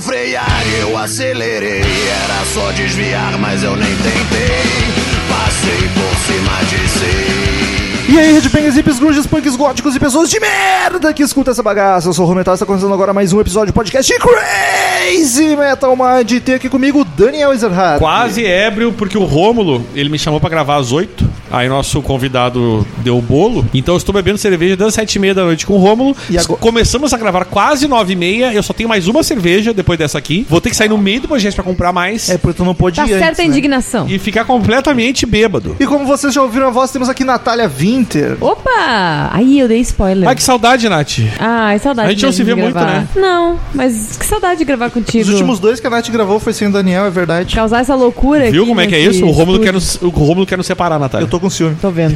frear, eu acelerei. Era só desviar, mas eu nem tentei. Passei por cima de si. E aí, headbangers, hips, grunges, punks, góticos e pessoas de merda que escuta essa bagaça. Eu sou o Rometal, está começando agora mais um episódio do podcast de Crazy Metal Mind. Tem aqui comigo o Daniel Ezerhard. Quase ébrio, porque o Rômulo, ele me chamou pra gravar às 8. Aí nosso convidado deu o bolo. Então eu estou bebendo cerveja das 7 e meia da noite com o Rômulo. E agora- Começamos a gravar quase 9 e meia. Eu só tenho mais uma cerveja depois dessa aqui. Vou ter que sair no meio do podcast pra comprar mais. É, porque tu não pôde Tá ir certa a antes, né? indignação. E ficar completamente bêbado. E como vocês já ouviram a voz, temos aqui Natália Winter. Opa! Aí eu dei spoiler. Ai, que saudade, Nath. Ai, saudade. A gente não mesmo se vê de muito, gravar. né? Não, mas que saudade de gravar contigo. Os últimos dois que a Nath gravou foi sem o Daniel, é verdade. Causar essa loucura aqui Viu como é que é nesse isso? O Rômulo, estúdio. quer nos, o Rômulo quer nos separar, Natália. Eu tô com ciúme. Tô vendo.